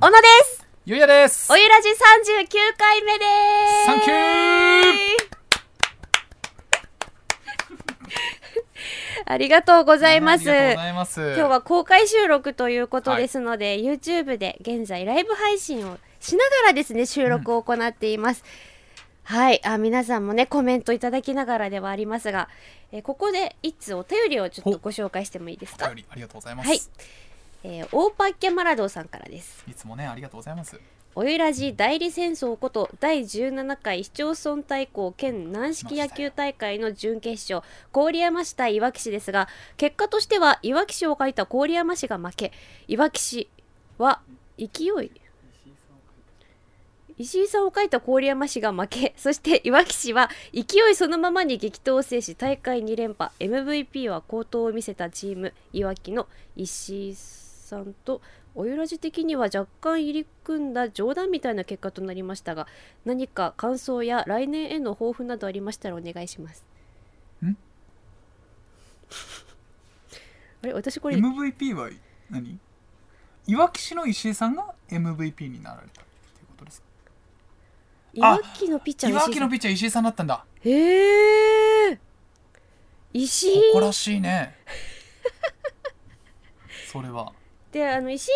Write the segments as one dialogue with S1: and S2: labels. S1: 小野です
S2: ゆうやです
S1: おゆらじ39回目です
S2: サンキュ ー
S1: ありがとうございます
S2: ありがとうございます
S1: 今日は公開収録ということですので、YouTube で現在ライブ配信をしながらですね収録を行っています、はいあ皆さんもねコメントいただきながらではありますが、えーここで一通お便りをちょっとご紹介してもいいです
S2: お
S1: か
S2: 便りありがとうございます、
S1: はい
S2: い、
S1: えー、オーパッキャマラドーさんからです
S2: つもねありがとうございます
S1: おゆらじ代理戦争こと第17回市町村対抗県軟式野球大会の準決勝郡山市対いわき市ですが結果としてはいわき市を書いた郡山市が負けいわき市は勢い石井さんを書いた郡山市が負けそしていわき市は勢いそのままに激闘を制し大会2連覇 MVP は好投を見せたチームいわきの石井さんとおゆらじ的には若干入り組んだ冗談みたいな結果となりましたが何か感想や来年への抱負などありましたらお願いします
S2: ん
S1: あれ私これ
S2: MVP は何いわき市の石井さんが MVP になられたっていうことですか
S1: いわきのピッチャー
S2: い
S1: の
S2: わ
S1: 石井
S2: き
S1: さ
S2: の
S1: ん
S2: ピッチャー石井さんだったんだ
S1: へえ石井
S2: 誇らしいねそれは
S1: であの石井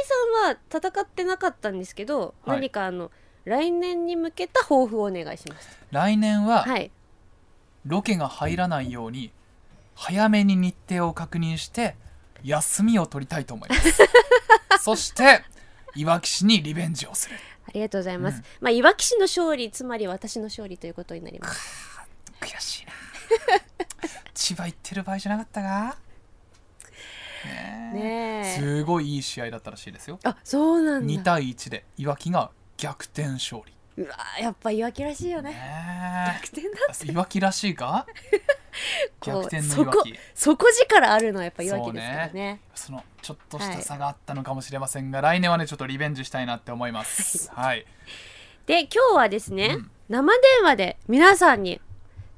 S1: さんは戦ってなかったんですけど、
S2: はい
S1: 何かあの来年に向けた抱負をお願いします
S2: 来年は
S1: はい
S2: ロケが入らないように早めに日程を確認して休みを取りたいと思います そしていわき市にリベンジをする
S1: ありがとうございます、
S2: うん
S1: まあいわき市の勝利つまり私の勝利ということになります
S2: 悔しいな 千葉行ってる場合じゃなかったかねえ
S1: ねえ
S2: すごいいい試合だったらしいですよ
S1: あそうなん
S2: 2
S1: だ
S2: 対1でいわきが逆転勝利
S1: うわやっぱいわきらしいよね
S2: ね
S1: 逆転だ
S2: えいわきらしいか
S1: こう
S2: 逆転のい
S1: そ
S2: わ
S1: こ
S2: き
S1: 底力あるのはやっぱいわきですからね
S2: そうそのちょっとした差があったのかもしれませんが、来年はねちょっとリベンジしたいなって思いますはい、
S1: で今日はですね、
S2: うん
S1: 生電話で皆さんに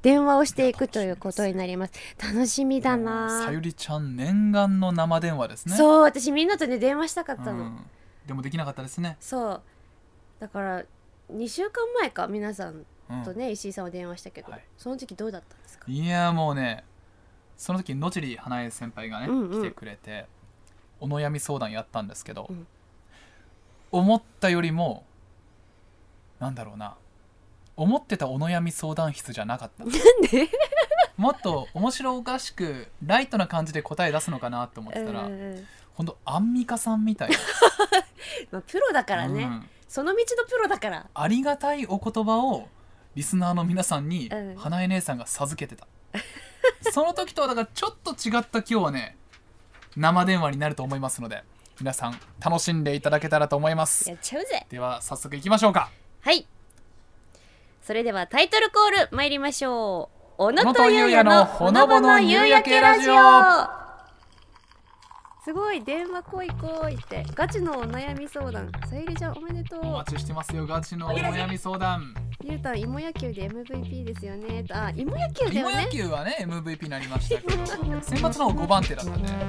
S1: 電話をしていくということになります楽しみだな
S2: さゆりちゃん念願の生電話ですね
S1: そう私みんなとね電話したかったの、
S2: ん、でもできなかったですね、
S1: そうだから2週間前か皆さん
S2: うん
S1: とね、石井さんは電話したけど、
S2: はい
S1: その時どうだったんですか
S2: いやもうねその時野尻花江先輩がね、
S1: うんうん
S2: 来てくれてお悩み相談やったんですけど、
S1: うん
S2: 思ったよりもなんだろうな思ってたお悩み相談室じゃ なかった
S1: なんで
S2: もっと面白おかしくライトな感じで答え出すのかなと思ってたら、
S1: うんうん
S2: ほんとアンミカさんみたい
S1: まあ、プロだか
S2: な、
S1: らね、
S2: うん
S1: その道のプロだから
S2: ありがたいお言葉をリスナーの皆さんに
S1: うん
S2: 花江姉さんが授けてた、その時とはだからちょっと違った今日はね生電話になると思いますので皆さん楽しんでいただけたらと思います
S1: やっちゃうぜ
S2: では早速いきましょうか
S1: はいそれではタイトルコール参りましょう小野
S2: 野
S1: と
S2: と
S1: ゆ
S2: ゆ
S1: う
S2: う
S1: や
S2: や
S1: の
S2: の
S1: ほの
S2: ほの
S1: ぼ
S2: ぼ
S1: の
S2: の
S1: 夕
S2: 夕
S1: 焼
S2: 焼
S1: け
S2: け
S1: ラ
S2: ラ
S1: ジ
S2: ジ
S1: オすごい電話来い来いってガチのお悩み相談さゆりちゃんおめでとう
S2: お待ちしてますよガチのお悩み相談
S1: ゆうたん芋野球で MVP ですよねあ芋野球だよ
S2: 芋
S1: ね
S2: 野球はね MVP になりましたけど選抜の方5番手だったね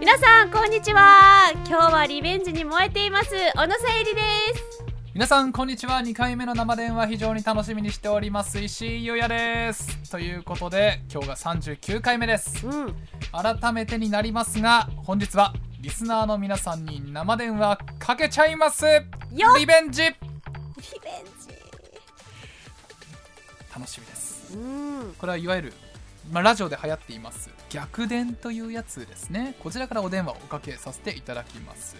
S1: 皆さんこんにちは今日はリベンジに燃えています小野さゆりです
S2: 皆さんこんにちは2回目の生電話非常に楽しみにしております石井優也ですということで今日が39回目です
S1: うん
S2: 改めてになりますが本日はリスナーの皆さんに生電話かけちゃいます
S1: よっ
S2: リベンジ
S1: リベン
S2: 楽しみです
S1: ジうん
S2: これはいわゆる、まあ、ラジオで流行っています逆電というやつですねこちらからお電話をおかけさせていただきます、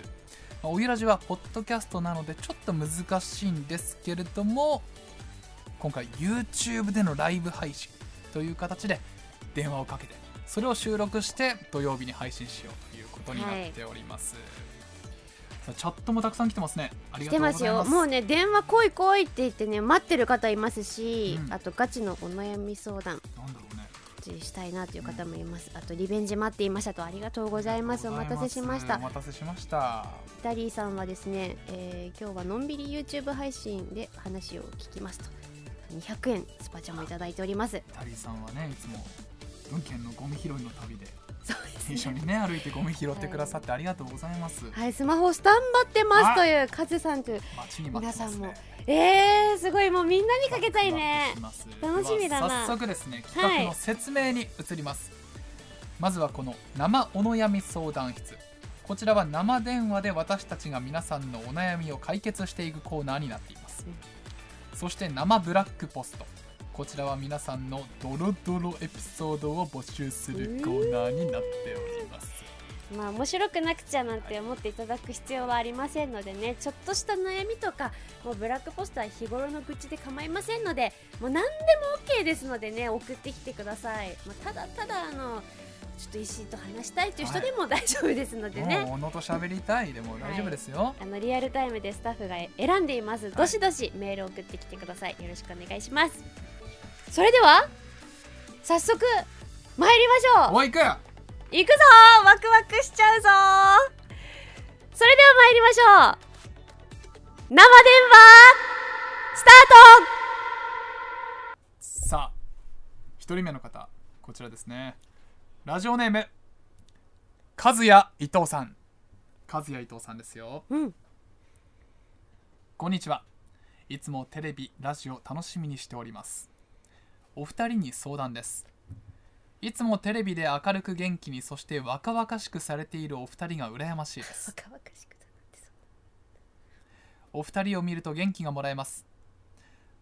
S2: まあ、おゆらじはポッドキャストなのでちょっと難しいんですけれども今回 YouTube でのライブ配信という形で電話をかけてそれを収録して土曜日に配信しようということになっております、さあチャットもたくさん来てますねあり
S1: 来
S2: がと
S1: て
S2: うござい
S1: ま
S2: ます
S1: すよもうね電話来い来いって言ってね待ってる方いますし、
S2: うん
S1: あとガチのお悩み相談
S2: なんだろうね
S1: したいなという方もいます、あとリベンジ待っていましたとありがとうございますお待たせしまし
S2: お
S1: た
S2: 待たせしました
S1: ヒタリーさんはですね、えー今日はのんびり YouTube 配信で話を聞きますと200円スパチャもいただいております
S2: タリーさんはねいつも文献のゴミ拾いの旅で
S1: そうです
S2: 一緒
S1: ね
S2: にね歩いてゴミ拾ってくださってありがとうございます、
S1: はいスマホスタンバってますと
S2: は
S1: いうカズさんという
S2: 待ちに待ってますね
S1: 皆えー、すごいもうみんなにかけたいね
S2: 待ってきます
S1: 楽しみだな
S2: では早速ですね企画の説明に移ります、まずはこの生お悩み相談室こちらは生電話で私たちが皆さんのお悩みを解決していくコーナーになっています、そして生ブラックポストこちらは皆さんのドロドロエピソードを募集するコーナーになっております
S1: まあ面白くなくちゃなんて思っていただく必要はありませんのでねちょっとした悩みとかもうブラックポストは日頃の愚痴で構いませんのでもう何でも OK ですのでね送ってきてください、まあ、ただただあのちょっと石井と話したいという人でも大丈夫ですのでね、
S2: もうのと喋りたいでも大丈夫ですよ、
S1: あのリアルタイムでスタッフが選んでいますどしどしメール送ってきてくださいよろしくお願いしますそれでは早速参りましょう
S2: おい行く
S1: 行くぞーワクワクしちゃうぞーそれでは参りましょう生電話スター
S2: さあ一人目の方こちらですねラジオネーム和也伊藤さん和也伊藤さんですよ
S1: トうん
S2: こんにちはいつもテレビラジオ楽しみにしておりますお二人に相談ですいつもテレビで明るく元気にそして若々しくされているお二人が羨ましいです
S1: 若々しくなってそ
S2: お二人を見ると元気がもらえます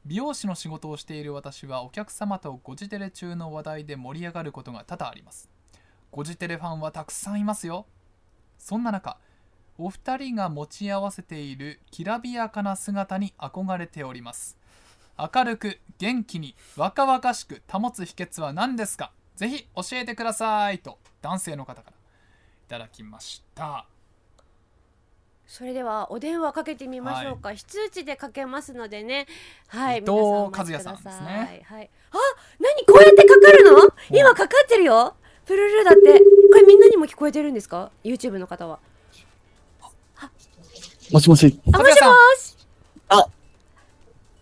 S2: 美容師の仕事をしている私はお客様とゴジテレ中の話題で盛り上がることが多々ありますゴジテレファンはたくさんいますよそんな中お二人が持ち合わせているきらびやかな姿に憧れております明るく元気に若々しく保つ秘訣は何ですかぜひ教えてくださいと男性の方からいただきました
S1: それではお電話かけてみましょうか、非通知でかけますのでねはい
S2: 伊
S1: 皆
S2: 藤
S1: さんお待ちくだ
S2: 和也さんですね
S1: はい、あ何こうやってかかるの今かかってるよプルルだってこれみんなにも聞こえてるんですか YouTube の方は
S3: もしもし、
S1: あ
S2: 和
S1: もし
S2: 也さん
S1: もし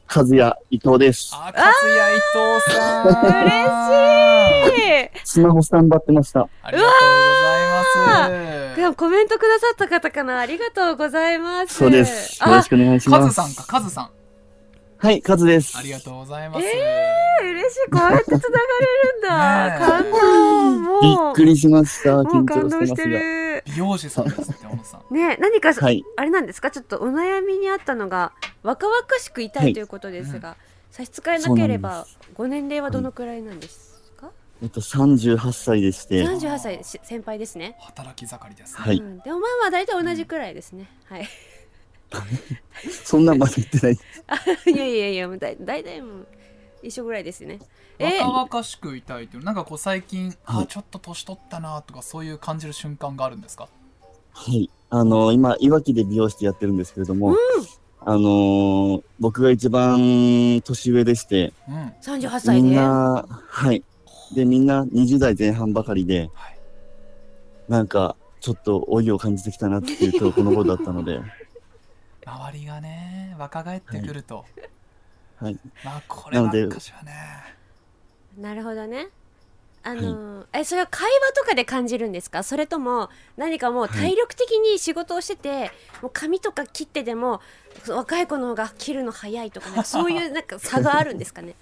S3: 和也伊藤です。
S2: あ、勝也伊藤さん。嬉しい。
S1: ええ
S3: スマホスタンバってました。
S2: ありがとうございま
S1: コメントくださった方かなありがとうございます
S3: そうです。よろ
S1: あ
S3: しくお願いし
S2: す。カ
S3: ま
S2: ズ
S3: す。
S2: さんか、カズさん。
S3: はい、カズです。
S2: ありがとうございます。
S1: 嬉しいこうやって繋がれるんだ
S2: ね
S1: 感動もう
S3: びっくりしました。
S1: もう感
S3: 緊張
S1: 動
S3: して
S1: し
S3: ま
S1: て
S3: すが。
S1: る
S2: 美容師さんですって、小野さん。
S1: ね何か、
S3: はい、
S1: あれなんですかちょっとお悩みにあったのが若々しくいた
S3: はいい
S1: ということですが、差し支えなけれ
S3: そうなん
S1: ばご年齢はどのくらいなんですか、
S3: えっと、38歳でし
S2: い
S3: て、
S1: 38歳し先輩ですね
S2: 働き盛りですね。
S3: はい
S1: うん、でもまあまあ大体同じくらいですね、はい
S3: そんなんまで言ってない。
S1: いやいやいやもうだい大体もう一緒ぐらいですねえー
S2: 若々しくいたいという、なんかこう最近、
S3: は
S2: あ、
S3: い
S2: ちょっと年取ったなとか、そういう感じる瞬間があるんですか。
S3: はい。あの、今、いわきで美容室やってるんですけれども、あのー僕が一番年上でして、
S2: うん。
S1: 38歳で
S3: みんな、はい。で、みんな20代前半ばかりで、
S2: はい。
S3: なんか、ちょっと老いを感じてきたなっていう今日この頃だったの で、
S2: 周りがね、若返ってくると。
S3: はい。
S2: まあ、こればっかしはね。
S1: なるほどね。あのーえそれは会話とかで感じるんですかそれとも何かもう
S3: はい
S1: 体力的に仕事をしてて、もう髪とか切ってでも若い子の方が切るの早いとかなんかそういうなんか差があるんですかね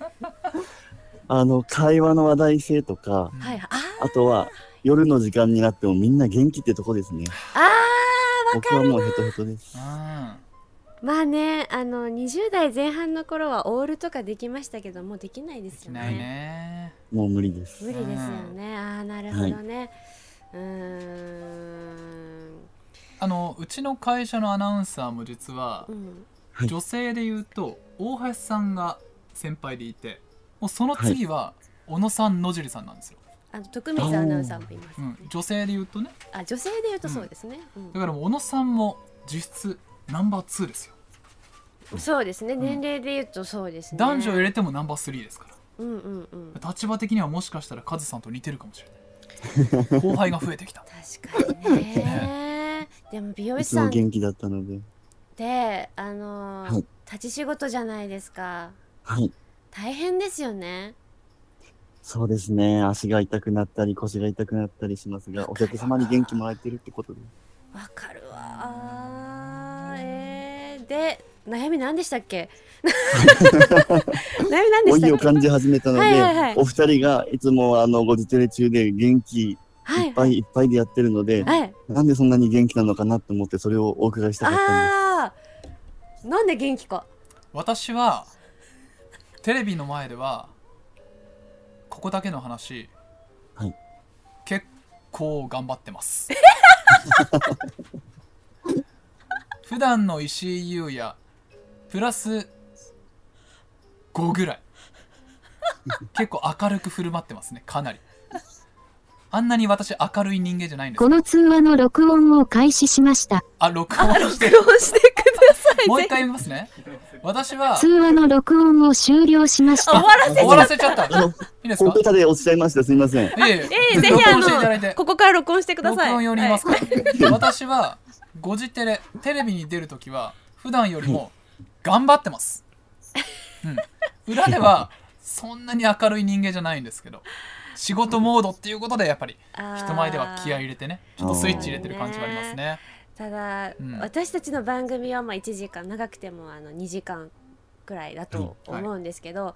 S3: あの、会話の話題性とか、
S1: はい
S2: い。
S1: あ
S3: あとは、夜の時間になってもみんな元気ってとこですね。
S1: ーあーわ
S3: 僕
S1: か
S3: は
S1: る
S3: もうヘトヘトです
S2: う。ん。
S1: まあねあの20代前半の頃はオールとかできましたけどもうできないです
S2: し
S1: よね
S2: ないね。
S3: もう無理です。
S1: 無理ですよねああなるほどね、うーん
S2: あの、うちの会社のアナウンサーも実は
S1: う。ん
S3: はい
S2: 女性で言うと大橋さんが先輩でいてもうその次は小野さん野尻さんなんですよ、
S1: あの徳光アナウンサーもいます、
S2: う
S1: ね
S2: ん、女性で言うとね
S1: あ女性で言うとそうですね、うん
S2: だからもう小野さんも実質ナンバー2ですよ
S1: そうですね
S2: ん
S1: 年齢で言うとそうですね、
S2: 男女入れてもナンバー3ですか
S1: うんうんうん
S2: ら立場的にはもしかしたらカズさんと似てるかもしれ ない後輩が増えてきた
S1: 確かにねでも美容
S3: い
S1: 師
S3: つ
S1: さん
S3: も
S1: っ
S3: 元気だったので。
S1: てあのー
S3: はい
S1: 立ち仕事じゃないですか
S3: はい。
S1: 大変ですよね
S3: そうですね。足が痛くなったり、腰が痛くなったりしますが、お客様に元気もらえてるってことで。
S1: わかるわーえー、で悩み何でしたっ け悩み何で
S3: 老
S1: した
S3: いを
S1: っけ
S3: 感じ始めたので、
S1: はいはいはい
S3: お二人がいつもあのご自テレ中で元気いっ
S1: はい
S3: ぱいいっぱいでやってるので、
S1: はい
S3: なんでそんなに元気なのかなと思って、それをお伺いしたかったんで
S1: あ
S3: す。
S1: ーなんで元気か
S2: 私はテレビの前ではここだけの話、
S3: はい
S2: 結構頑張ってます 普段の石井優也プラス5ぐらい結構明るく振る舞ってますねかなりあんなに私明るい人間じゃないんです
S4: この通話の録音を開始しました。
S2: あ録音してる
S1: 苦労してください
S2: もう一
S1: ぜ
S2: 回見ますね私は
S4: 通話の録音を終了しまし
S1: ひあ終
S4: た。
S1: わらせ
S2: 終わらせちゃったい
S3: あの、
S2: いです
S3: コン
S2: か
S3: ピューターで落ちちゃいました。すみま せん。
S2: いえい
S1: え
S2: え
S1: ーぜひあ
S2: 録音していただい
S1: の
S2: て
S1: ここから録音してくだ
S2: 録
S1: さい
S2: 音用に言います
S1: は
S2: か、私はゴジテレテレビに出るときは普段よりも頑張ってます、うん、裏ではそんなに明るい人間じゃないんですけど仕事モードっていうことでやっぱり
S1: あー
S2: 人前では気合い入れてねちょっとスイッチ入れてる感じがありますね
S1: ただ、
S2: うん
S1: 私たちの番組はまあ1時間長くてもあの2時間くらいだと思うんですけど、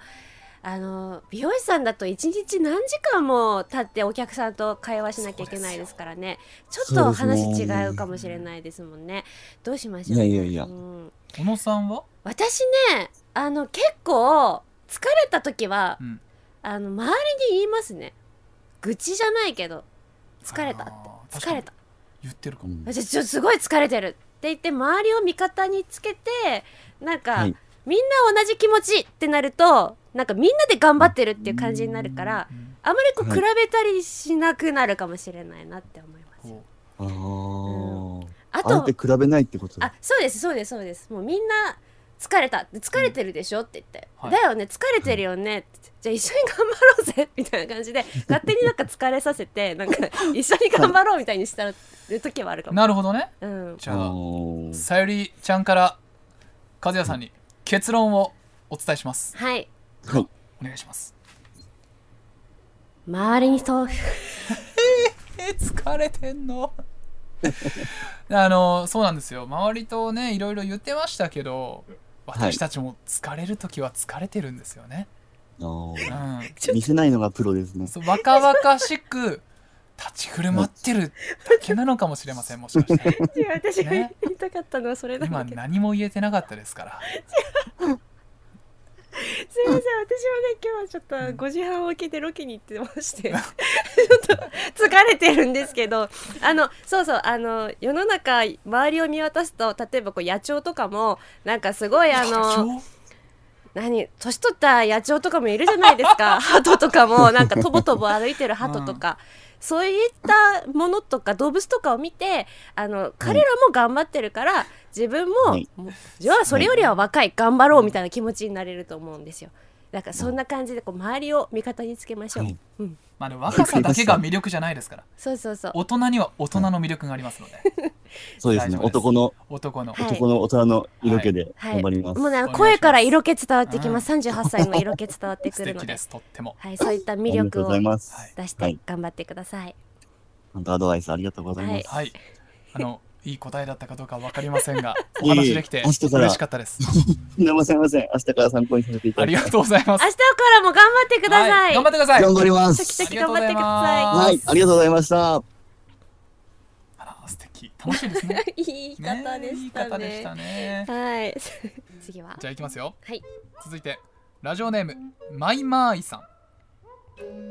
S1: あの美容師さんだと1日何時間も経ってお客さんと会話しなきゃいけないですからねちょっと
S3: そうで
S1: 話
S3: す
S1: 違
S3: ね
S1: うかもしれないですもんねどうしましょう、
S3: いやいやいや
S1: うん
S2: 小野さんは、
S1: 私ねあの結構疲れた時は
S2: うん、
S1: あの周りに言いますね愚痴じゃないけど疲れたって
S2: あー
S1: 疲れた
S2: 言ってるか
S3: う
S2: も、
S3: ん
S1: 私ちょすごい疲れてるって言って周りを味方につけてなんか、
S3: はい
S1: みんな同じ気持ちってなるとなんかみんなで頑張ってるっていう感じになるから
S2: うん
S1: あまりこう
S3: は
S1: 比
S3: い
S1: べたりしなくなるかもしれないなって思います、
S2: こ
S3: あー
S1: あ
S3: あ
S1: と
S3: えて比べないってこと
S1: あそうですそうですそうですもうみんな疲れた疲れてるでしょって言って、
S2: はい
S1: だよね疲れてるよねってじゃあ一緒に頑張ろうぜみたいな感じ で勝手になんか疲れさせてなんか一緒に頑張ろうみたいにしたる時はあるか
S2: う
S1: も、
S2: なるほどね
S1: うん、
S2: じゃあ
S3: ー
S2: さゆりちゃんから和也さんに結論をお伝えします
S1: はい
S3: はい。
S2: お願いします
S1: 周りにそう
S2: え疲れてんの あのそうなんですよ周りとねいろいろ言ってましたけど
S3: はい
S2: 私たちも疲れる時は疲れてるんですよね、
S3: あー
S2: う
S3: 見せないのがプロです ね
S2: ん、。そう若々しく立ち振る舞ってるだけなのかもしれませんもしかして
S1: いや私が言
S2: ね
S1: いたかったのはそれだけど、
S2: 今何も言えてなかったですから
S1: すいません私はね今日はちょっと5時半起きでロケに行ってましてちょっと疲れてるんですけどあのそうそうあの世の中周りを見渡すと例えばこう野鳥とかもなんかすごいあの
S2: 今日
S1: 何年取った野鳥とかもいるじゃないです か鳩とかもなんかとぼとぼ歩いてる鳩とか、そういったものとか動物とかを見てあの彼らも頑張ってるから、自分も、
S3: はい
S1: もうじゃあそれよりは若い頑張ろうみたいな気持ちになれると思うんですよ。だからそんな感じでこう周りを味方につけましょう。
S3: はい
S1: うん、
S2: まあね、若さだけが魅力じゃないですから
S1: そうそうそう。
S2: 大人には大人の魅力がありますので
S3: そうですね。
S2: 大丈夫です
S3: 男の、
S2: 男の、
S1: はい
S3: 男の大人の色気で
S1: はい。
S3: 頑張ります。
S1: もうね
S2: お願いします
S1: 声から色気伝わってきます。三十八歳の色気伝わって
S2: 素
S1: くるの
S2: 敵
S1: で
S2: で、すとっても
S1: はい、そういった
S3: あ
S1: 魅
S3: りがとう
S1: 力
S3: ご
S1: を
S3: ざいます。
S2: はい
S1: 出し
S3: は
S1: て
S3: い
S1: 頑張ってください。
S3: 本当アドバイスありがとうございま す。
S2: はい。あの、いい答えだったかどうかわかりませんが、お
S3: いえいえ
S2: 話できて
S3: 明日から
S2: 嬉しかったで す。
S3: すみません、すみません。明日から参考にさせてい
S2: あ
S3: ただ
S2: り
S3: き
S2: が
S3: ます。
S2: とうございま
S1: 明
S2: す。
S1: 日からも頑張ってくださ。
S2: はい頑張ってください。
S3: 頑張りま
S1: シャキシャ
S3: す。
S1: キ頑張ってくだ
S2: あ
S1: さ
S3: はい、ありがとうございました。
S2: あら、素敵。楽しい ですね。
S1: い。いい
S2: ね
S1: 方で
S2: いい
S1: した
S2: 方
S1: ね。
S2: でしたね。
S1: はい。 次は。
S2: じゃあ、いきますよ。
S1: はい。
S2: 続いて、ラジオネーム、マイマーイさん。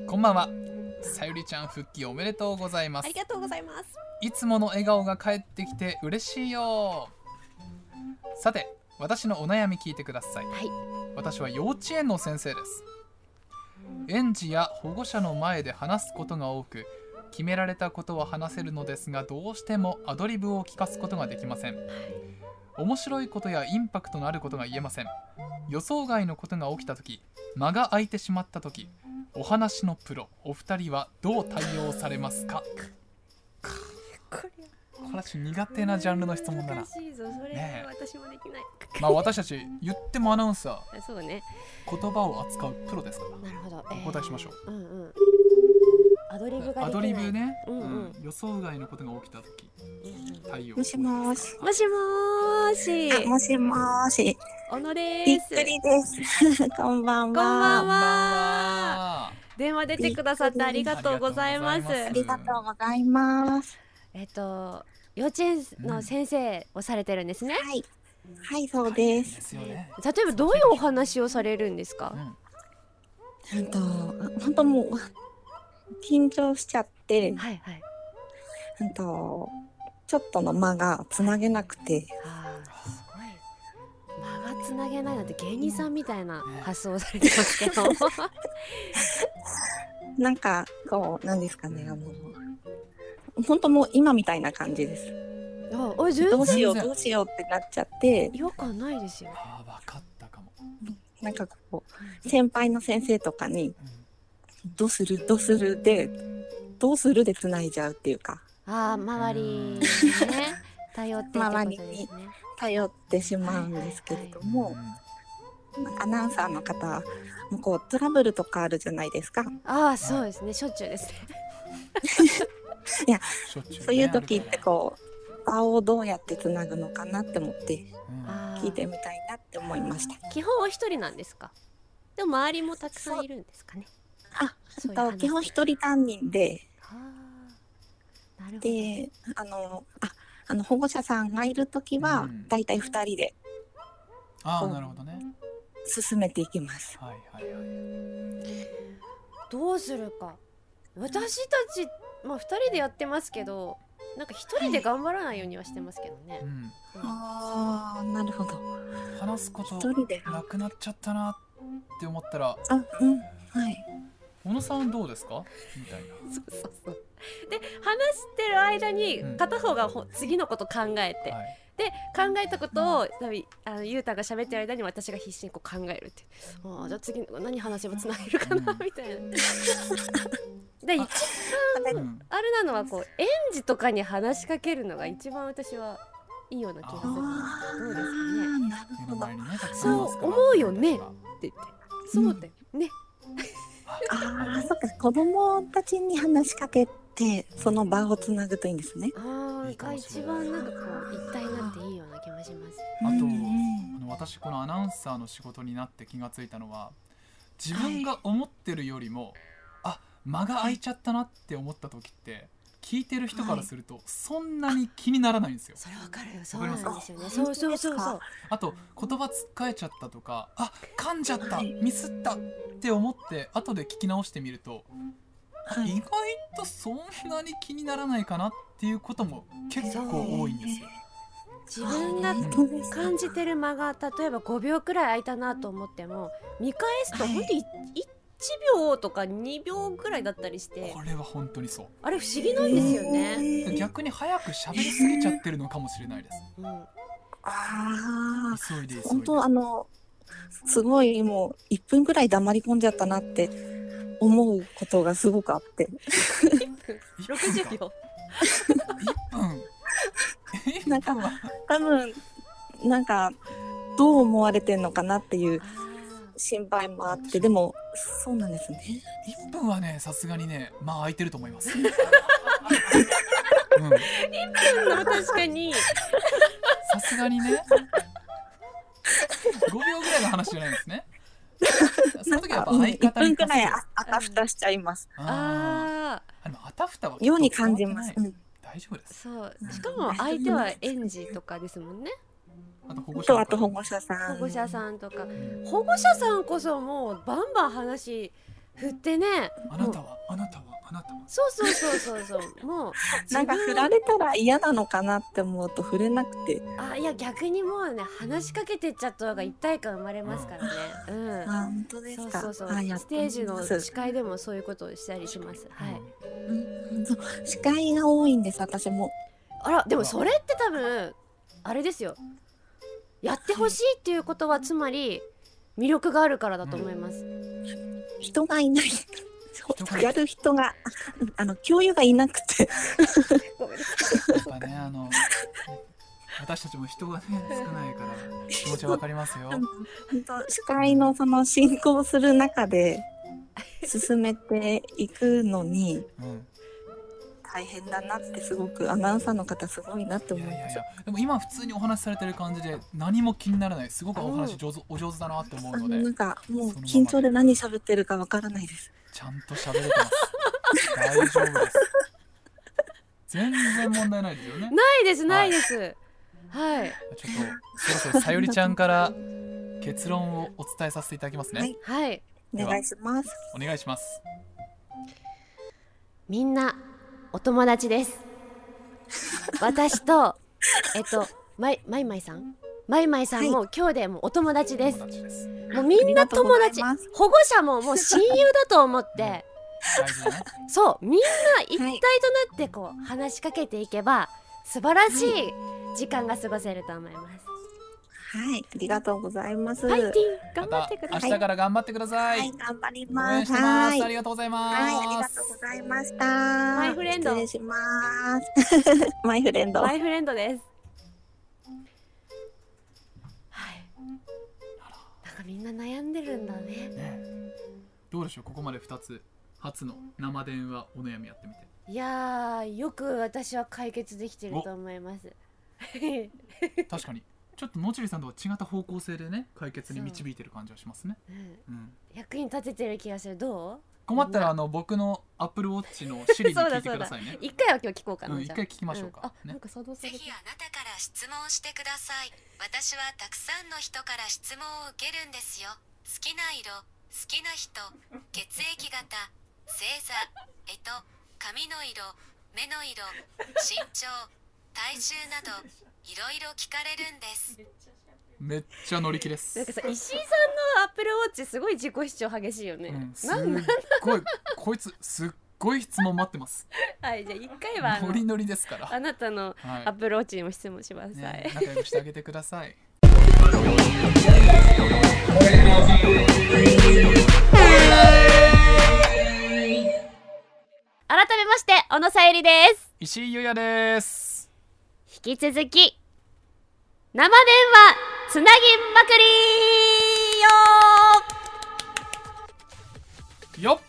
S2: こんばんは。さゆりちゃん復帰おめでとうございます
S1: あり。がとうございます。
S2: いつもの笑顔が返ってきて嬉しいよさて私のお悩み聞いてください、
S1: はい
S2: 私は幼稚園の先生です園児や保護者の前で話すことが多く決められたことは話せるのですがどうしてもアドリブを聞かすことができません面白いことやインパクトのあることが言えません予想外のことが起きた時間が空いてしまった時お話のプロお二人はどう対応されますか
S1: これ
S2: 話苦手なジャンルの質問だな
S1: 難しいぞそれ
S2: ねえ
S1: 私もできない、
S2: まあ私たち言ってもアナウンサー
S1: そうね
S2: 言葉を扱うプロですから
S1: なるほど、
S2: お答えしましょ
S1: う、
S2: う
S1: うんうんアドリブができない
S2: アドリブね、
S1: うんうん
S2: うん予想外のことが起きた時対応
S5: もしもし。
S1: もしもーし
S5: あ、もしもし。
S1: 小野で
S5: びっ
S1: す
S5: くりです。 こんば
S1: こんばん
S2: こん
S5: んは。
S2: ば
S1: は
S2: んは
S1: 電話出てくださってありがとうございます
S2: ありがとうございます
S5: ありがとうございます。
S1: えっと幼稚園の先生をされてるんですね、
S5: はい。はい、そうです。
S2: ですよね、
S1: 例えばどういうお話をされるんですか
S2: う、ん
S5: なんと、本当もう、緊張しちゃって、
S1: はいはい
S5: なんと、ちょっとの間がつなげなくて、
S1: あーすごい間がつなげないなんて芸人さんみたいな発想をされてますけど
S5: なんか、こう、なんですかね、あの、本当もう今みたいな感じです。
S1: あおい全
S5: どう
S1: 然
S5: しよう、どうしようってなっちゃって、
S1: 違和感ないですよ
S2: あー分かったかも、
S5: なんかこう、先輩の先生とかに、
S2: うん
S5: どうする、どうするで、どうするでつないじゃうっていうか、
S1: あー周りにね頼ってってことですね
S5: 頼ってしまうんですけれども、アナウンサーの方もこうトラブルとかあるじゃないですか
S1: ああそうですねしょっちゅうですね
S2: しょっちゅね
S5: そういう時ってこう場をどうやってつなぐのかなって思って
S2: うん
S1: あー
S5: 聞いてみたいなって思いました
S1: 基本お一人なんですかでも周りもたくさんいるんですかね
S5: あ
S1: そういう
S5: あと
S1: 話
S5: 基本一人担任で
S1: あーなるほど
S5: であのああの保護者さんがいる時
S2: う
S5: は
S2: ん
S5: だいたい2人で
S2: ああなるほどね
S5: 進めていきます
S2: はいはいはい
S1: どうするか私たちまあ2人でやってますけどなんか1人で頑張らないようにはしてますけどね
S2: う、ん
S5: あーなるほど
S2: 話すこと
S5: 一人であ
S2: なくなっちゃったなって思ったら
S5: うんはい
S2: 小野さんどうですかみたいな
S1: そうそうそうで話してる間に
S2: うん
S1: 片方がほ次のこと考えて、
S2: はい
S1: で考えたことを多分あのゆうたが喋ってる間に私が必死にこう考えるってあーじゃあ次何話せばつなげるかな、
S2: うん
S1: みたいな。で一番
S2: うん
S1: あれなのはこう園児とかに話しかけるのが一番私はいいような気がする
S5: あ
S1: どうですかね
S5: ーなる
S2: 目
S5: ほ
S2: の
S5: ど
S2: 前にねたくさんい
S1: そ
S2: ま
S1: う
S2: すから
S1: 思うよねって言ってそうだよね、
S5: ああ、そっか、子供たちに話しかけて、その場をつなぐといいんですね。
S1: あ
S2: いい
S1: ー
S2: か
S1: が
S2: もし
S1: 一
S2: れない
S1: 番なんかこう一体になっていいような気もします
S2: あと
S5: うん
S2: あの私このアナウンサーの仕事になって気がついたのは自分が思ってるよりも、あ間が空いちゃったなって思った時って聞いてる人からするとそんなに気にならないんですよ、
S1: それわかるよそ
S2: わ
S1: う
S2: かり
S1: な
S2: ま
S1: んです
S2: す
S1: よね
S5: あ
S1: そうそうそうそ
S5: 本
S1: う
S2: あと言葉つっかえちゃったとかあ噛んじゃった
S5: はい
S2: ミスったって思って後で聞き直してみると
S5: は
S2: 意
S5: い
S2: 外とそんなに気にならないかなっていうことも結構多いんですよ。
S1: 自分が
S5: 本当です
S1: 感じてる間が例えば5秒くらい空いたなと思っても見返すと
S5: はい
S1: ほんとい1秒とか2秒くらいだったりして
S2: これは本当にそう
S1: あれ不思議なんですよね、
S5: ね
S2: 逆に早く喋りすぎちゃってるのかもしれないです
S1: うん、
S5: ああ、
S2: 急いで急いで
S5: 本当あの、すごいもう一分ぐらい黙り込んじゃったなって思うことがすごくあって、
S1: 60秒
S2: 1分1分
S5: なんか
S2: は
S5: 多分なんかどう思われてんのかなっていう
S1: あ
S5: 心配もあって、でもそうなんですね。
S2: 1分はねさすがにねまあ空いてると思います、うん
S1: ーでも確かに
S2: さすがにね5秒ぐらいの話じゃないんですねそ
S5: な
S2: の
S5: ん
S2: 時はやっ
S5: か
S2: ぱ
S5: うん
S2: 相
S5: 一
S2: 方
S5: 分
S2: に
S5: くらい
S2: あ
S5: ああたふたしちゃいます。
S2: あ
S1: ああ
S2: ーあでもあたふたは
S5: ように感じます。うん
S2: 大丈夫です
S1: そう
S5: うん
S1: しかも相手は園児とかですもんね
S2: あと保
S5: あ
S2: 護者
S5: と
S2: の
S5: あと保
S2: 方
S5: 護者さん。
S1: 保護者さんとか
S2: うん
S1: 保護者さんこそもうバンバン話振ってね
S2: あなたはあなたはあなたは
S1: そうそうそうそうそうもう
S5: なんか振られたら嫌なのかなって思うと振れなくて、
S1: あいや逆にもうね話しかけてっちゃった方が一体感生まれますからねうん、
S5: あ本当で
S1: そ
S5: す
S1: う
S5: か。
S1: そうそう
S5: あやっ
S1: ステージ
S5: う
S1: の
S5: ん
S1: 司会でもそういうことをしたりしますはい
S5: うんそう司会が多いんです私も。
S1: あらでもそれって多分あれですよやってほしいっていうことはつまり魅力があるからだと思います、
S5: 人がいな
S2: が
S5: い。
S2: いない
S5: やる人がああの共有がいなくて
S1: ごめんメですか。
S2: やっぱねあの私たちも人がね少ないから気持ちはわかりますよ。
S5: でも本当司会のその進行する中で進めていくのに
S2: うん
S5: 大変だなってすごくアナウンサーの方すごいなって
S2: い
S5: 思い
S2: やい
S5: ま
S2: やい
S5: す
S2: や。でも今普通にお話しされてる感じで何も気にならないすごくお話上手、お上手だなって思
S5: あ
S2: うの
S5: の
S2: で
S5: なんかもう
S2: そのまま
S5: 緊張で何喋ってるかわからないです。
S2: ちゃんと喋れてます大丈夫です全然問題ないですよね
S1: ないですないです。はい
S2: ちょっとそろそろさゆりちゃんから結論をお伝えさせていただきますね、
S5: はい
S1: はい。
S5: お願いします。
S2: お願いします
S1: みんなお友達です。私とえっとまいまいまいさん。まいまいさんも、今日でもうお友達です。
S2: 友達 です
S1: もうみんな友
S5: ありがとうござ
S1: 達
S5: います
S1: 保護者ももう親友だと思って
S2: 大事だね
S1: そうみんな一体となってこう話しかけていけば素晴らしい時間が過ごせると思います。
S5: はい、ありがとうございます。
S1: ファイティン
S2: ま
S1: 頑張
S2: た
S1: ってく
S2: 明
S1: ださい。
S2: 日から頑張ってください、
S5: はい、頑張り
S2: 応
S5: ま
S2: 援し
S5: す。
S2: てます、
S5: はい、
S2: あ
S5: はい、
S2: りがとうございます、
S5: ありがとうございました。マ
S1: イフレンド
S5: 失礼します。 マイフレンド。
S1: マイフレンドです。はい。なんかみんな悩んでるんだね。
S2: ねどうでしょうここまで2つ初の生電話お悩みやってみて
S1: いやーよく私は解決できてると思います。
S2: 確かにちょっと野尻さんとは違った方向性でね解決に導いてる感じはしますね、
S1: うん
S2: うん、
S1: 役に立ててる気がする。ど
S2: 困ったらあの僕のアップルウォッチの Siri に
S1: そう
S2: 聞
S1: だ
S2: いて
S1: そう
S2: く
S1: だ
S2: ださいね
S1: う？一回は今日聞こうかな。
S2: うん
S1: じ
S2: 一
S1: ゃあ
S2: 回聞きましょうか
S1: んあ、な
S2: ね
S1: んか作動さ
S6: ぜ
S1: れて
S6: ひあなたから質問してください。私はたくさんの人から質問を受けるんですよ。好きな色、好きな人、血液型、星座、えと、髪の色、目の色、身長、体重など、いろいろ聞かれるんです。
S2: めっちゃ乗り気
S1: な
S2: で
S1: ん
S2: す
S1: か。さ石井さんのアップルウォッチすごい自己主張激しいよね。
S2: うん、すっ
S1: なんなん
S2: ごいこいつすっごい質問待っ てます。
S1: はいじゃあ一回はあ
S2: ノリ
S1: の
S2: ノリですから。
S1: あなたのアッ
S2: は
S1: プルウォッチにも質問しま
S2: い。
S1: す。はい
S2: ね、仲良くしてあげてください。
S1: 改めまして小野さゆりです。
S2: 石井優也です。
S1: 引き続き生電話つなぎまくり
S2: よっ。
S1: よ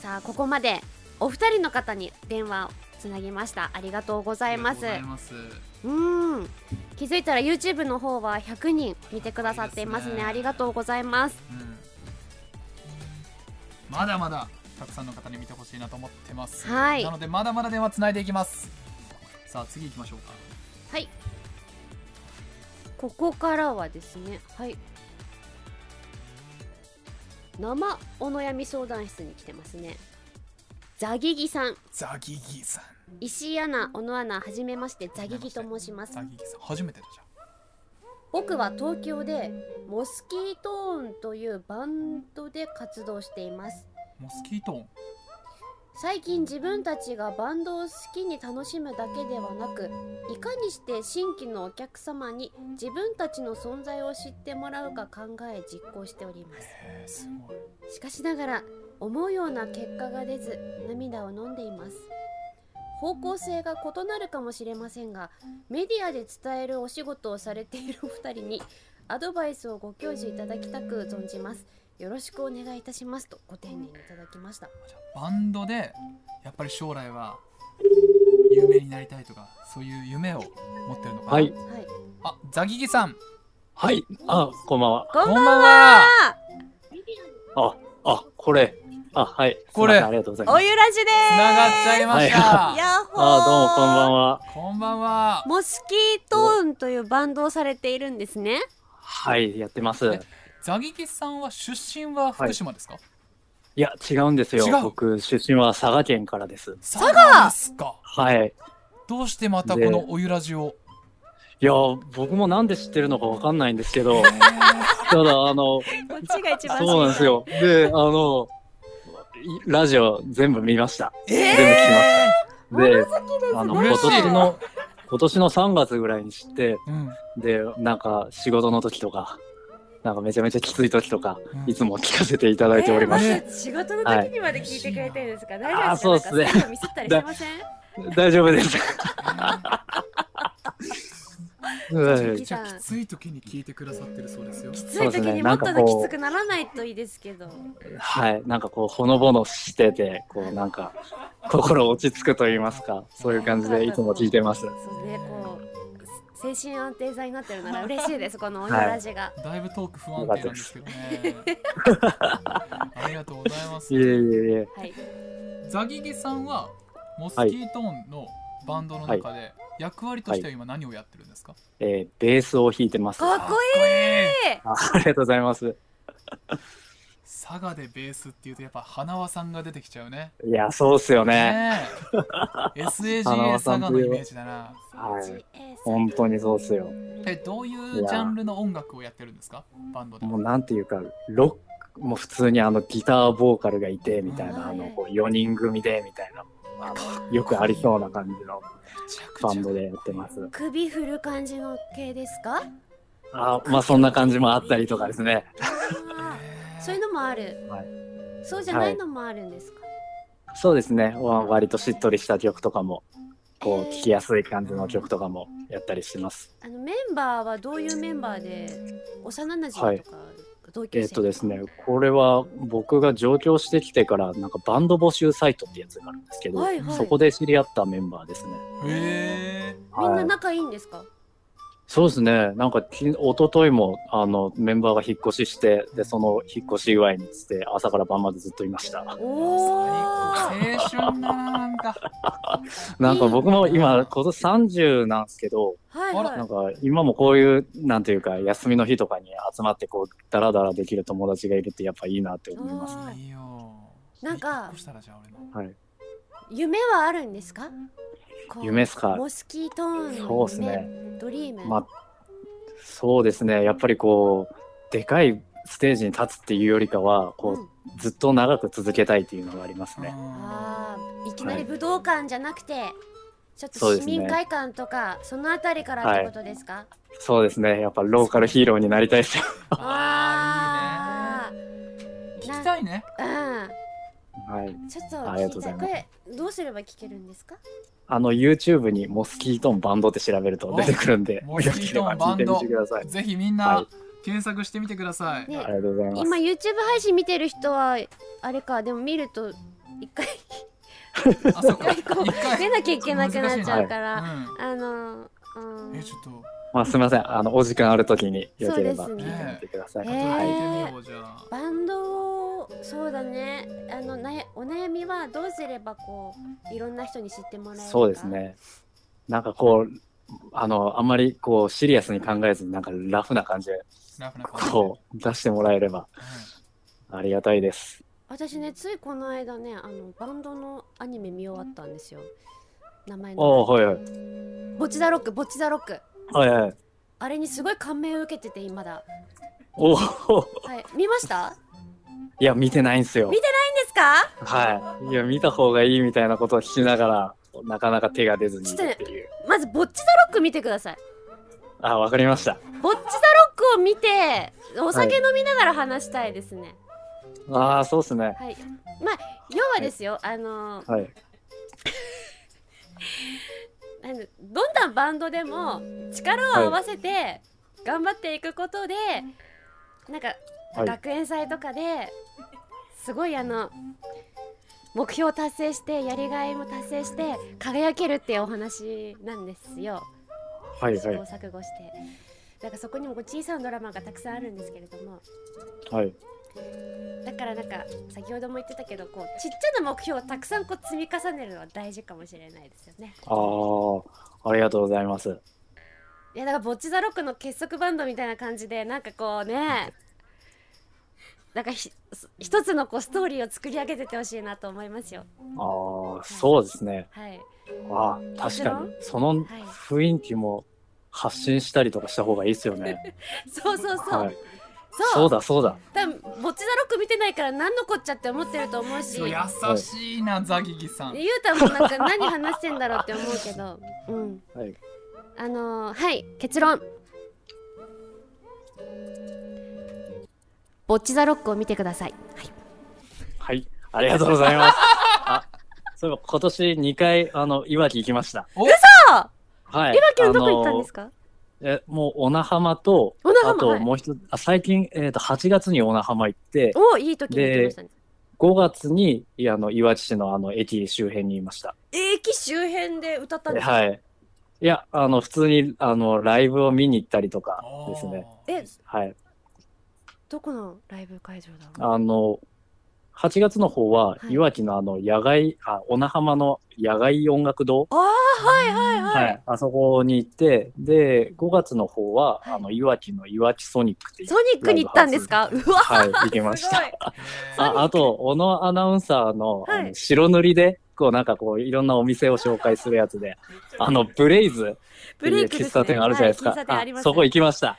S1: さあここまでお二人の方に電話をつなぎましたありがとうございます
S2: ありがとうございます。
S1: うん気づいたら YouTube の方は100人見てくださっていますね
S2: いいですね
S1: ありがとうございます
S2: うん。まだまだたくさんの方に見てほしいなと思ってます。
S1: はい
S2: なのでまだまだ電話つないでいきます。さあ次行きましょうか。
S1: はいここからはですねはい生お悩み相談室に来てますねザギギさん
S2: ザギギさん。
S1: 石井アナ、小野アナ、はじめまして、ザギギと申します
S2: ザ。ギギさん初めてでしょ。
S1: 僕は東京で、モスキートーンというバンドで活動しています。
S2: モスキートーン。
S1: 最近自分たちがバンドを好きに楽しむだけではなく、いかにして新規のお客様に自分たちの存在を知ってもらうか考え実行しております。
S2: へえすごい。
S1: しかしながら思うような結果が出ず涙を飲んでいます方向性が異なるかもしれませんがメディアで伝えるお仕事をされているお 二人にアドバイスをご教授いただきたく存じますよろしくお願いいたしますとご丁寧にいただきました
S2: じゃあバンドでやっぱり将来は有名になりたいとかそういう夢を持ってるのかな
S7: はい、
S1: はい
S2: あザギギさん
S7: はい、あ、こんばんは。
S1: こんばん
S2: んは
S7: あ、あ、これ、あ、はい、
S2: これ
S7: すいませんありがとうございま
S1: お
S7: す。
S1: ゆらじです
S2: つながっちゃいました、
S7: は
S1: やっほー
S7: あ、どうもこんばんは。
S2: こんばんは
S1: モスキートーンというバンドをされているんですね
S7: はい、やってます。
S2: えザギギさんは出身は福島ですか、
S7: いや、違うんですよ
S2: 違う。
S7: 僕、出身は佐賀県からです。
S2: 佐賀ですか
S7: はい。
S2: どうしてまたこのおゆらじを
S7: いや、僕もなんで知ってるのかわかんないんです けど、ただ、あの、
S1: こっちが一番
S7: そうなんですよ。で、あの、いラジオ全部見ました。全部聞きました。で、あの、今
S2: 嬉しい
S7: 年の、今年の3月ぐらいに知って、
S2: うん、
S7: で、なんか仕事の時とか、なんかめちゃめちゃきつい時とか、
S2: うん
S7: いつも聞かせていただいております。
S2: え
S1: えーまず仕事の時にまで聞いてくれてるんですか、大丈夫ですか
S7: あーそうっすね
S1: なんかそういうのミスったりしてません
S7: 大丈夫です。
S2: めちゃ
S1: じ
S2: く
S1: ゃあ
S2: ちゃきつい時に聞いてくださってるそうですよ。
S1: きつい時にもっときつくならないといいですけど。
S7: はい、なんかこうほのぼのしてて、こうなんか心落ち着くと言いますか、そういう感じでいつも聞いてます。
S1: そうね、こう精神安定剤になってるなら嬉しいです、このおラジが。
S2: だいぶトーク不安定なんですけど ね。ありがとうございま
S7: いえい
S2: す。
S7: えいえ、
S1: はい。
S2: ザギギさんはモスキートーンのバンドの中で役割としては今何をやってるんですか？
S7: えーベースを弾いてます。
S1: かっ
S7: あ
S1: こいい
S7: ありがとうございます。
S2: 佐賀でベースっていうとやっぱ花輪さんが出てきちゃうね。
S7: いや、そうっすよね。
S2: ねえ。
S7: 花
S2: SAGA
S7: 輪さ
S2: 佐
S7: ん
S2: 賀
S7: と
S2: の
S7: いえば
S2: イメージだな。
S7: はい、本当にそうっすよ。
S2: えどういうジャンルの音楽をやってるんですか？バンドで。
S7: もうなんていうか、ロック、もう普通にあのギターボーカルがいてみたいな、あのこう4人組でみたいな、あのよくありそうな感じの
S2: めちゃくちゃ
S7: バンドでやってます。
S1: 首振る感じの系ですか
S7: あまあそんな感じもあったりとかですね。
S1: あーそういうのもある、
S7: はい
S1: そうじゃないのもあるんですか、
S7: そうですね。わ割としっとりした曲とかも、
S1: え
S7: こう
S1: ー
S7: 聴きやすい感じの曲とかもやったりします。
S1: あのメンバーはどういうメンバーで幼馴染とか、同級
S7: え
S1: 生
S7: っとですね
S1: は、
S7: これは僕が上京してきてから、なんかバンド募集サイトってやつがあるんですけど、
S1: いはい
S7: そこで知り合ったメンバーですね。
S2: へえ。
S1: みん
S7: は
S1: ない仲いいんですか、
S7: そうですね。なんかき、一昨日も、あの、メンバーが引っ越しして、で、その引っ越し祝いにつって、朝から晩までずっといました。
S1: お
S2: 青
S1: ー
S2: 春だななんか。
S7: なんか僕も今、今年30なんですけど、
S1: はい
S2: あら
S7: なん
S1: は
S7: か、今もこういう、なんていうか、休みの日とかに集まって、こう、ダラダラできる友達がいるって、やっぱいいなって思います。
S1: はい
S2: いいよ。
S1: なんか
S2: 引っ越したらじゃあ俺の。
S7: はい。
S1: い夢はあるんですかこう
S7: 夢っすか
S1: モスキートーンの夢
S7: そうですね。
S1: ドリーム、
S7: まあ、そうですね。やっぱりこう、でかいステージに立つっていうよりかは、こ
S1: うん
S7: う、ずっと長く続けたいっていうのがありますね。
S1: あーいきなり武道館じゃなくて、ちょっ
S7: そう
S1: と市
S7: ですね
S1: 民会館とかそ,、のあたりからってことですか、
S7: そうですね。やっぱローカルヒーローになりたいです。
S1: あ
S2: あーいいね。聞きたいね。
S1: ー
S7: はい。
S1: うんちょっと
S7: ありが
S1: 聞
S7: とうご
S1: いた
S7: ざ
S1: い
S7: います
S1: これどうすれば聞けるんですか
S7: あの、YouTube にモスキートンバンドって調べると出てくるんで、
S2: おモスキートンバンド
S7: よければ聞いてみてください。
S2: ぜひみん
S7: は
S2: ない検索してみてください。
S1: ね
S7: ありがとうございます。
S1: 今 YouTube 配信見てる人はあれかでも見ると一回
S2: あ そこ
S1: 一回こう
S2: 一回
S1: 出なきゃいけなくなっちゃうから、
S2: う。
S1: あのうんん
S2: えちょっと
S7: まあ、すみません。あの、お時間あるときによければ
S1: そう
S7: 聞
S1: です
S2: ね
S7: いてみてください。
S1: えー
S7: はい。
S2: 聞いてみようじゃあ。
S1: バンドをそうだねあのなやお悩みはどうすればこういろんな人に知ってもらえるか
S7: そうですね。なんかこう、あの、あんまりこう、シリアスに考えずに、なんかラフな感じで、
S2: ラフな感じで。
S7: こう、出してもらえればありがたいです。
S1: 私ねついこの間ねあのバンドのアニメ見終わったんですよ名前
S7: ああ、
S1: の
S7: はいはい。
S1: ボチザロックボチザロック
S7: はいはい。
S1: あれにすごい感銘を受けてて今だ
S7: おお、
S1: はい見ました
S7: いや、見てないんですよ
S1: 見。いいんですか
S7: はい。いや、見た方がいいみたいなことを聞きながら、なかなか手が出ずにいるっていう。
S1: まずボッチザロック見てください
S7: あ、わかりました。
S1: ボッチザロックを見てお酒飲みながら話したいですね
S7: ああ、そうっすね。
S1: はい、まあ要はですよ、あの
S7: はい。
S1: あのどんなバンドでも力を合わせて頑張っていくことで、なんか、
S7: はい
S1: 学園祭とかですごいあの目標を達成してやりがいも達成して輝けるっていうお話なんですよ
S7: はい
S1: 試
S7: は
S1: 行
S7: い。
S1: 錯誤して。なんかそこにもこう小さなドラマがたくさんあるんですけれども
S7: はい。
S1: だからなんか先ほども言ってたけどこうちっちゃな目標をたくさんこう積み重ねるのは大事かもしれないですよね。
S7: ああ、ありがとうございます。
S1: いやだからボッチザロックの結束バンドみたいな感じでなんかこうねなんかひす一つのこうストーリーを作り上げてってほしいなと思いますよ
S7: ああ、そうですね。
S1: はい
S7: ああ、確かに。その雰囲気も発信したりとかした方がいいですよね。
S1: そうそうそう、
S7: はい。
S1: そ
S7: そううだそうだ。
S1: 多分ボッチザロック見てないから何のこっちゃって思ってると思うし
S2: そう優しいなザギギさん。
S1: ゆうたもなんか何話してんだろうって思うけどうん
S7: はい。
S1: あのー、はい結論ボッチザロックを見てください、はい
S7: はい。ありがとうございます。あ、そういえば今年2回、あの、いわき行きました。
S2: お
S1: あ
S7: は
S1: い
S7: い。
S1: わきのどこ行ったんです
S7: か
S1: か
S7: え、もう、小名浜と、
S1: 小名浜
S7: あと
S1: はい
S7: もう一つ、あ最近、えっ、と、8月に小名浜行って、
S1: おいい時に行きましたね
S7: 5月に、いあの、いわき市のあの、駅周辺にいました。
S1: 駅周辺で歌ったんですか
S7: はい。いや、あの、普通に、あの、ライブを見に行ったりとかですね。
S2: あー
S1: え
S7: はい。
S1: どこのライブ会場だろう
S7: あの、8月の方は、
S1: はい
S7: いわきのあの、野外、あ、小名浜の野外音楽堂
S1: ああはいはいはい、
S7: はい、あそこに行って、で、5月の方は、
S1: はい
S7: あの、いわきのいわきソニックっていう
S1: ソニックに行ったんですかうわ
S7: はい、行きまし
S1: すご
S7: た。
S1: い
S2: えー
S7: ああと、小野アナウンサーの,、
S1: はい
S7: あの白塗りで、こうなんかこう、いろんなお店を紹介するやつで、あの、ブレイズって
S1: ブ
S7: い
S1: レ
S7: う
S1: イクです、ね、
S7: 喫茶店あるじゃないですか。
S1: は喫茶店ありますね
S7: そこ行きました。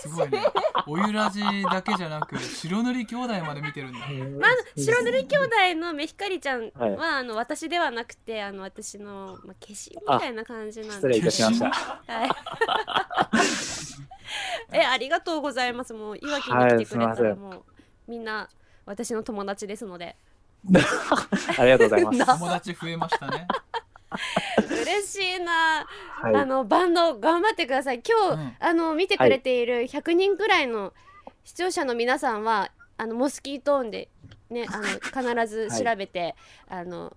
S2: すごいね。おゆらじだけじゃなく、白塗り兄弟まで見てるんだ。
S1: まあ、白塗り兄弟のメヒカリちゃんは、
S7: はい
S1: あの私ではなくてあの私の、まあ、化身みたいな感じなん
S7: 失
S1: で
S7: 礼いたしました。
S1: はいえありがとうございますもういわきに来てくれ
S7: は
S1: た
S7: いすいませ
S1: ら
S7: ん
S1: もうみんな私の友達ですので
S7: ありがとうございます。
S1: な
S2: 友達増えましたね。
S1: 嬉しいな、あ
S7: は
S1: のバンド頑張ってください今日、
S2: うん
S1: あの見てくれている100人くらいの視聴者の皆さんはあのモスキートーンでねあの必ず調べて、あの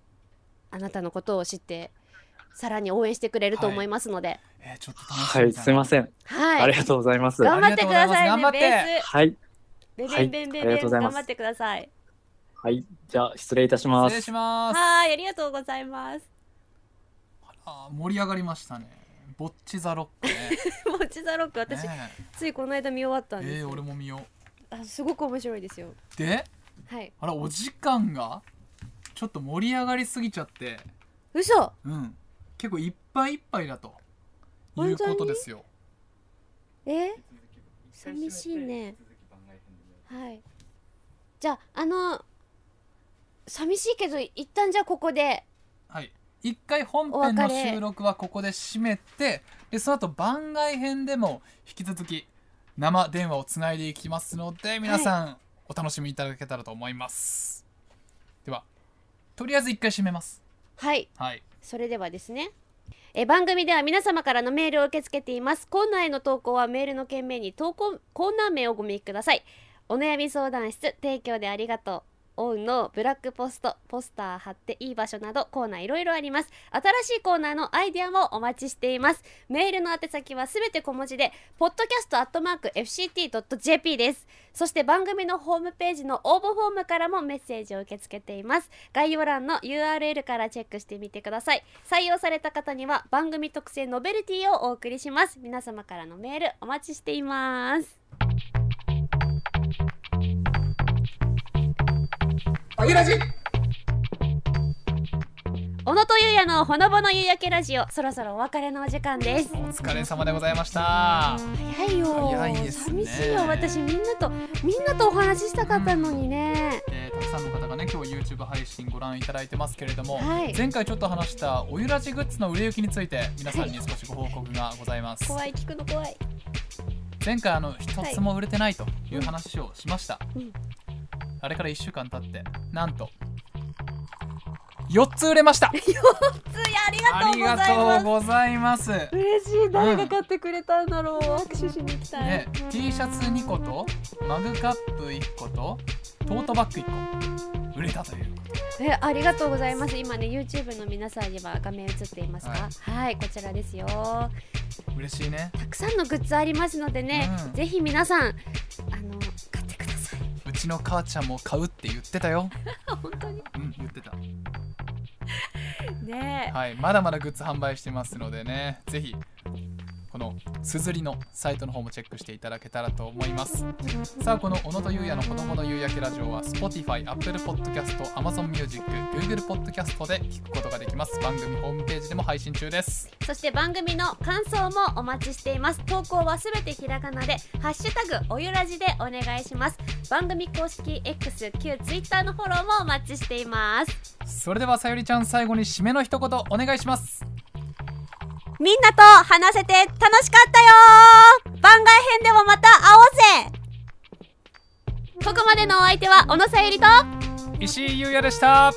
S1: あなたのことを知ってさらに応援してくれると思いますので、
S2: えー、ちょっと楽し
S7: い。はい、すいません。
S1: はい、
S7: ありがとうございます。は
S1: 頑張ってください
S2: あ
S1: ね
S2: りがとうございます頑張って
S1: ベース
S7: い。
S1: ベ
S7: はい
S1: ベンベン
S7: あり
S1: ベンベ
S7: がとう
S1: ン
S7: ございま
S1: 頑
S7: す
S1: 張ってください
S7: はい。じゃあ、失礼いたしま
S2: 失
S7: す
S2: 礼。します。
S1: はいありがとうございます
S2: あー盛り上がりましたね。ぼっちザロックね。
S1: モチザロック 私
S2: ね
S1: ついこの間見終わったんです
S2: え
S1: よ
S2: ー、俺も見よ
S1: あすごく面白いですよ
S2: う。で、
S1: はい
S2: あら、お時間がちょっと盛り上がりすぎちゃって、
S1: 嘘
S2: うん。結構いっぱいいっぱいだと。いうことですよ。
S1: え寂しいねはいじゃああの寂しいけど一旦じゃあここで
S2: はい。一回本編の収録はここで締めて、で、その後番外編でも引き続き生電話をつないでいきますので、皆さんお楽しみいただけたらと思います。では、とりあえず一回締めます。
S1: はい
S2: はい。
S1: それではですねえ番組では皆様からのメールを受け付けていますコーナーへの投稿はメールの件名に投稿コーナー名をご明記くださいお悩み相談室提供でありがとうオウンのブラックポストポスター貼っていい場所などコーナーいろいろあります新しいコーナーのアイデアもお待ちしていますメールの宛先はすべて小文字で podcast.fct.jp ですそして番組のホームページの応募フォームからもメッセージを受け付けています概要欄の URL からチェックしてみてください採用された方には番組特製ノベルティをお送りします皆様からのメールお待ちしています小野とゆうやのほのぼの夕焼けラジオそろそろお別れのお時間です
S2: お疲れ様でございました。
S1: 早いよ
S2: 早いですね
S1: 寂しいよ私みんなとみんなとお話ししたかったのにね
S2: えーたくさんの方がね今日 YouTube 配信ご覧いただいてますけれども、
S1: はい
S2: 前回ちょっと話したおゆらじグッズの売れ行きについて皆さんに少しご報告がございます、
S1: 怖い聞くの怖 い
S2: 前回あの一つも売れてないという話をしました、
S1: うん
S2: あれから1週間経ってなんと4つ売れました
S1: ついありがとうございます
S2: ございます
S1: 嬉しい誰が買ってくれたんだろう、握手しに行きたい、
S2: ね、T シャツ2個とマグカップ1個とトートバッグ1個売れたという
S1: えありがとうございます今ね YouTube の皆さんには画面映っていますかは、
S2: はい
S1: こちらですよ
S2: 嬉しいね
S1: たくさんのグッズありますのでね、
S2: うん
S1: ぜひ皆さんあの買ってくださいう
S2: ちの母ちゃんも買うって言ってたよ
S1: あ 本当に
S2: うん言ってた
S1: ね
S2: はい、まだまだグッズ販売してますのでね、ぜひこのすずりのサイトの方もチェックしていただけたらと思います。さあ、この小野とゆうやの子供の夕焼けラジオは Spotify、Apple Podcast、Amazon Music、Google Podcast で聞くことができます。番組ホームページでも配信中です。
S1: そして番組の感想もお待ちしています投稿はすべてひらがなでハッシュタグおゆらじでお願いします番組公式 X 旧 Twitter のフォローもお待ちしています
S2: それではさゆりちゃん、最後に締めの一言お願いします。
S1: みんなと話せて楽しかったよー番外編でもまた会おうぜここまでのお相手は小野さゆりと
S2: 石井ゆうやでした。